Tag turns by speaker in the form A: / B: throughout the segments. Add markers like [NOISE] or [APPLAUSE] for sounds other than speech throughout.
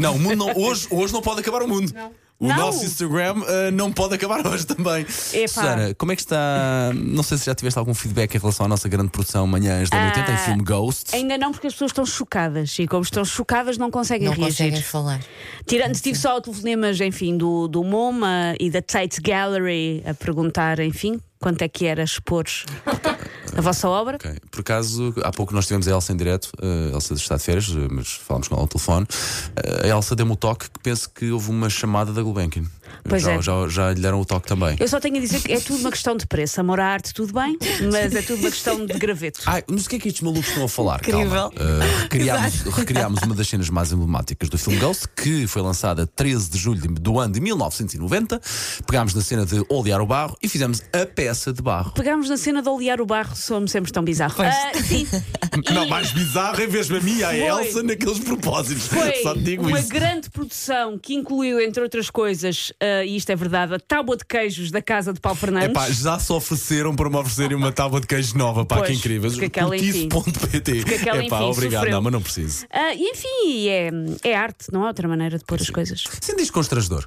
A: Não, o mundo não- hoje, hoje não pode acabar o mundo. O
B: Não.
A: nosso Instagram ah, não pode acabar hoje também.
B: Epá.
A: Susana, como é que está? Não sei se já tiveste algum feedback em relação à nossa grande produção Manhãs da
B: Ah, é
A: 80 em filme Ghost.
B: Ainda não, porque as pessoas estão chocadas e, como estão chocadas, não conseguem
C: Não
B: reagir.
C: conseguem falar.
B: Tirando, tive só telefonemas, enfim, do, do MoMA e da Tate Gallery a perguntar, enfim, quanto é que era expor a vossa obra.
A: Ok. Por acaso, há pouco nós tivemos a Elsa em direto, eh, a Elsa está de férias, eh, mas falámos com ela ao telefone. Eh, a Elsa deu-me o toque que penso que houve uma chamada da Gulbenkian.
B: Pois
A: já,
B: é.
A: já, já lhe deram o toque também.
B: Eu só tenho a dizer que é tudo uma questão de preço. Amor à arte, tudo bem, mas é tudo uma questão de graveto.
A: Ai, mas o que é que estes malucos estão a falar?
C: Incrível.
A: Calma. Eh, recriámos, recriámos uma das cenas mais emblemáticas do filme Ghost, que foi lançada 13 de julho de- do ano de 1990. Pegámos na cena de olear o barro e fizemos a peça de barro.
B: Pegámos na cena de olear o barro, somos sempre tão bizarros. Ah, sim,
A: [LAUGHS] Não, mais bizarro é mesmo a mim e a Elsa naqueles propósitos.
B: Foi
A: Só te digo
B: uma
A: isso.
B: grande produção que incluiu, entre outras coisas, eh, e isto é verdade, a tábua de queijos da casa de Paulo Fernandes.
A: Epá, já se ofereceram para me oferecerem uma tábua de queijo nova, pá,
B: Pois,
A: que incrível.
B: porque aquela, enfim,
A: Curtiço.pt.
B: aquela,
A: Epá,
B: enfim,
A: obrigado,
B: sofreu.
A: não, mas não preciso.
B: Ah, e enfim, é, é arte, não há outra maneira de pôr as coisas.
A: Sentiste constrangedor?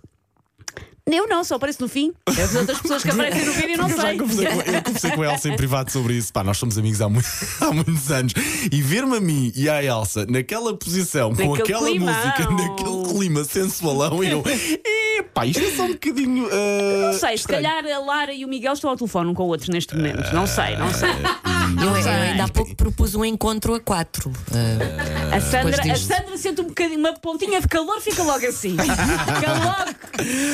B: Eu não, só aparece no fim. As outras pessoas que aparecem no vídeo não
A: Porque eu [LAUGHS] já
B: sei.
A: conversei com, eu conversei com a Elsa em privado sobre isso. Pá, nós somos amigos há, mu- [LAUGHS] há muitos anos. E ver-me a mim e à Elsa naquela posição, com
B: Naquele
A: aquela
B: climão.
A: música, naquele clima sensualão, e eu. Epá, isto é só um bocadinho. ah,
B: Não sei, se
A: estranho.
B: calhar a Lara e o Miguel estão ao telefone um com o outro neste momento. Não sei, não sei.
C: Eu, eu ainda há pouco propus um encontro a quatro. Ah,
B: A Sandra,
C: depois
B: a
C: diz-
A: [LAUGHS]
B: Sandra sente um bocadinho, uma pontinha de calor, fica logo assim. Fica logo